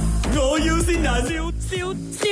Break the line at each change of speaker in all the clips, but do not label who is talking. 要先人，笑笑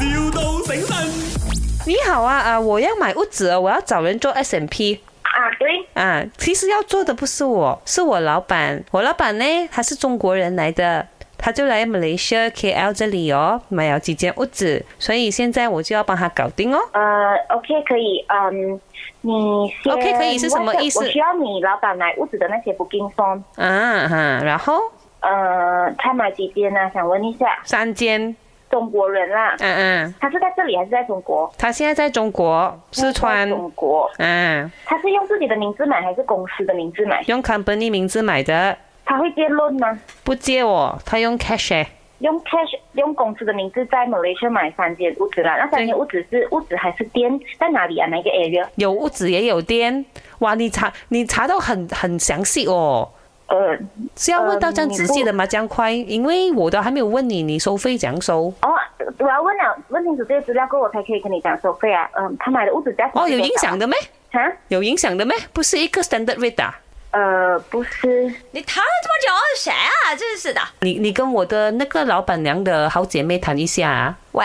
笑，,笑到醒神。
你好啊啊！我要买屋子哦，我要找人做 S M P
啊，对，
啊。其实要做的不是我，是我老板。我老板呢，他是中国人来的，他就来马来西亚 K L 这里哦，买了几间屋子，所以现在我就要帮他搞定哦。
呃，OK，可以，嗯，你先
OK，可以是什么意思
我需要你老板买屋子的那些 booking form，
啊哈、然后
呃，他买几间呢、想问一下，
三间，
中国人啦、
嗯、嗯，
他是在这里还是在中国？
他现在在中国四川
在，中国，
嗯，
他是用自己的名字买还是公司的名字买？
用 company 名字买的，
他会借 loan 吗？
不借我，他用 cash 欸诶
用 cash 用公司的名字在 Malaysia 买三间屋子啦，那三间屋子是屋子还是店在哪里啊？哪一个 area？
有屋子也有店。哇，你查你查到很很详细哦。
呃，
是要问到这样仔细的吗？这样快？因为我都还没有问你，你收费怎样收？
哦，我要问了，问清楚这些资料过后，我才可以跟你讲收费啊。嗯，他买的屋子价
哦，有影响的咩？
哈？
有影响的咩？不是一个 standard rate 啊。
呃，不是，
你谈了这么久，谁啊？真是的！
你你跟我的那个老板娘的好姐妹谈一下啊。
喂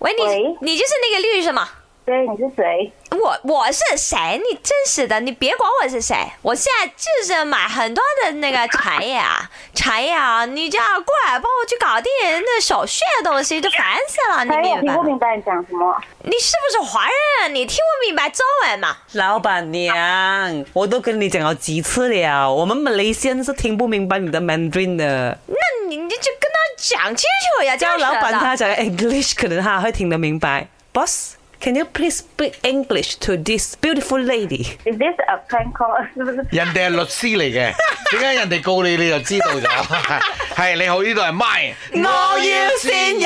喂，你
喂
你就是那个律师吗？
对，你是谁？
我我是谁？你真是的，你别管我是谁，我现在就是买很多的那个产业 啊，产业啊，你这样过来帮我去搞定那手续的东西，就烦死了，你
哎，我听不明
明白吗？
白你讲什么。
你是不是华人？啊你听不明白中文吗？
老板娘，我都跟你讲了几次了，我们马来西亚人是听不明白你的 Mandarin 的。
那你你就跟他讲清楚呀，
叫
真是
老板
的
他讲 English，可能他会听得明白。Boss，can you please speak English to this beautiful lady？
Is this a prank call？是不是？
人哋係律師嚟 嘅，點解人哋告你你就知道咗？ 係你好，呢度係 mine，
人。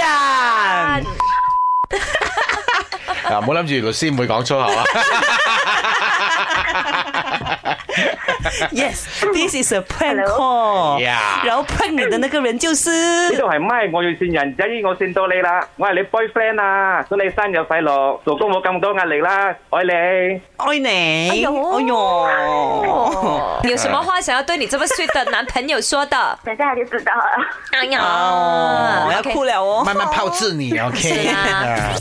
啊
嗱，啊唔好諗住律師唔會講粗口啊！
Yes，this is a prank
Hello?
call。
Yeah
然后 prank 你的那个人就是
呢度係咪？我要線人，仔，我線到你啦！我係你 boyfriend 啊，祝你生日快樂，做工冇咁多壓力啦，愛你。
愛你。哎
呦
哦
呦，
有什么话想要对你这么 sweet 的男朋友说的？
等一下就知道了。
哎呀，
哦，要
OK
哭了哦。
慢慢炮制你
是
，OK
啊。